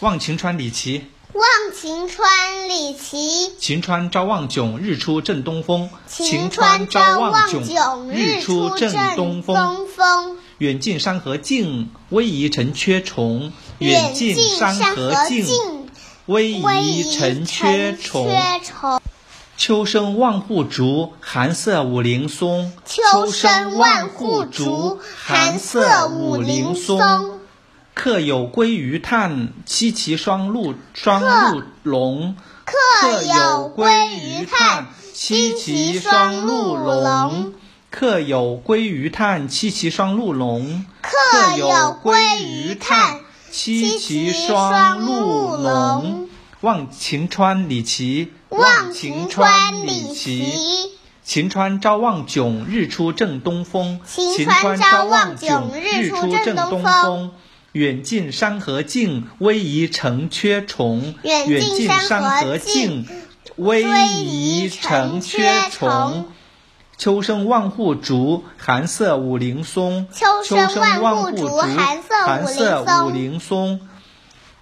望晴川里奇，望晴川里奇，晴川朝望炯，日出正东风。晴川朝望炯，日出正东风。远近山河静，逶迤城阙重。远近山河静，逶迤城阙重。秋深万户竹，寒色五陵松。秋深万户竹，寒色五陵松。客有归鱼叹，七旗双鹿双鹿龙。客有归鱼叹，七旗双鹿龙。客有归鱼叹，七旗双鹿龙。客有归鱼叹，七旗双鹿龙。望晴川里奇，望晴川里奇。晴川朝望炯，日出正东风。晴川朝望炯，日出正东风。远近山河静，逶迤城阙重。远近山河静，逶迤迤城城阙阙重重。秋深万户竹，寒色五陵松。秋深万户万竹竹，寒色寒五色陵松五陵松。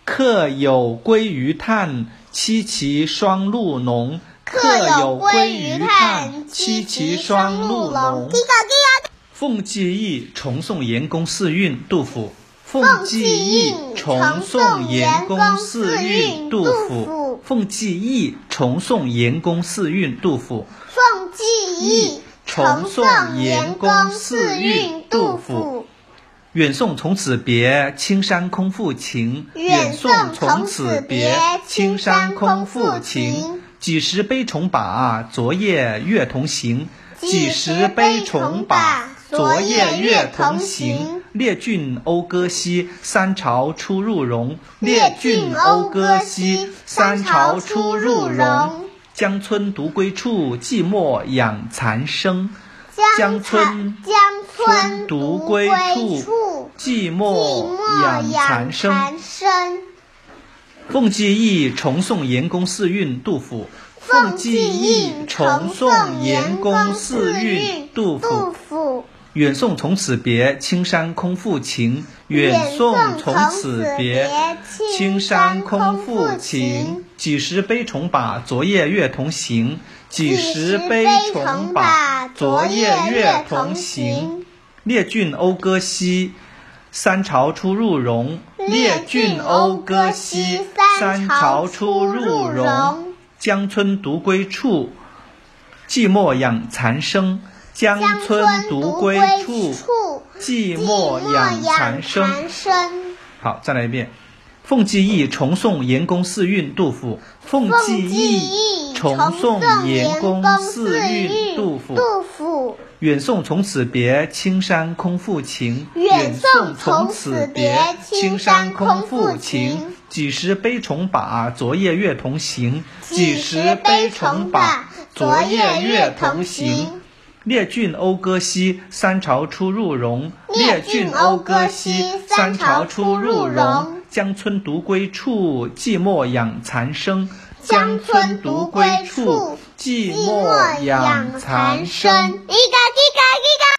客有归鱼叹，七旗双鹿浓。客有有归鱼鱼叹，七旗旗双鹿龙。第一个，第一个。奉寄忆，重送严公四韵，杜甫。奉奉寄寄忆忆，重重送送严严公公四四韵韵，杜杜甫甫。奉寄忆，重送严公四韵，杜甫。奉寄忆，重重送送严严公公四四韵韵杜杜甫甫。远送从此别，青山空复情。远远送送从从此此别别，青青山山空空复复情情。几时悲重把，昨夜月同行。几时悲重把，昨夜月同行。列郡讴歌兮，三朝出入荣。列列郡郡讴讴歌歌兮兮，三三朝朝出出入入荣荣。江村独归处，寂寞养蚕生。江江村村江村独独归归处处，寂寂寞寞养养蚕生。蚕生。奉寄忆，重送严公四韵，杜甫。奉寄忆，重重送送严严公公四四韵韵，杜杜甫。甫。远送从此别，青山空复情。远远送送从从此此别别，青青山山空空复复情情。几时悲重把，昨夜月同行。几几时时悲悲重重把把，昨昨夜夜月月同同行行。列郡讴歌兮，三朝出入荣。列列郡郡讴讴歌歌兮兮，三三朝朝出出入入荣荣。江村独归处，寂寞养蚕生。江乡村村独独归归处处，，寂寂寞寞养养蚕蚕生生。。好，再来一遍。奉寄忆，重送严公四韵，杜甫。奉奉寄寄忆忆，，重重送送严严公公四四韵，韵，杜杜甫。甫。远送从此别，青山空复情。远远送送从从此此别别，青青山山空空复复情情。几时悲重把，昨夜月同行。几几时时悲悲重重把把，昨昨夜夜月月同同行行。列郡讴歌兮，三朝出入荣。列列郡郡讴讴歌歌兮兮，三三朝朝出出入入荣荣。江村独归处，寂寞养蚕生。乡村独归处寂寂寞寞养养蚕蚕生。生一个。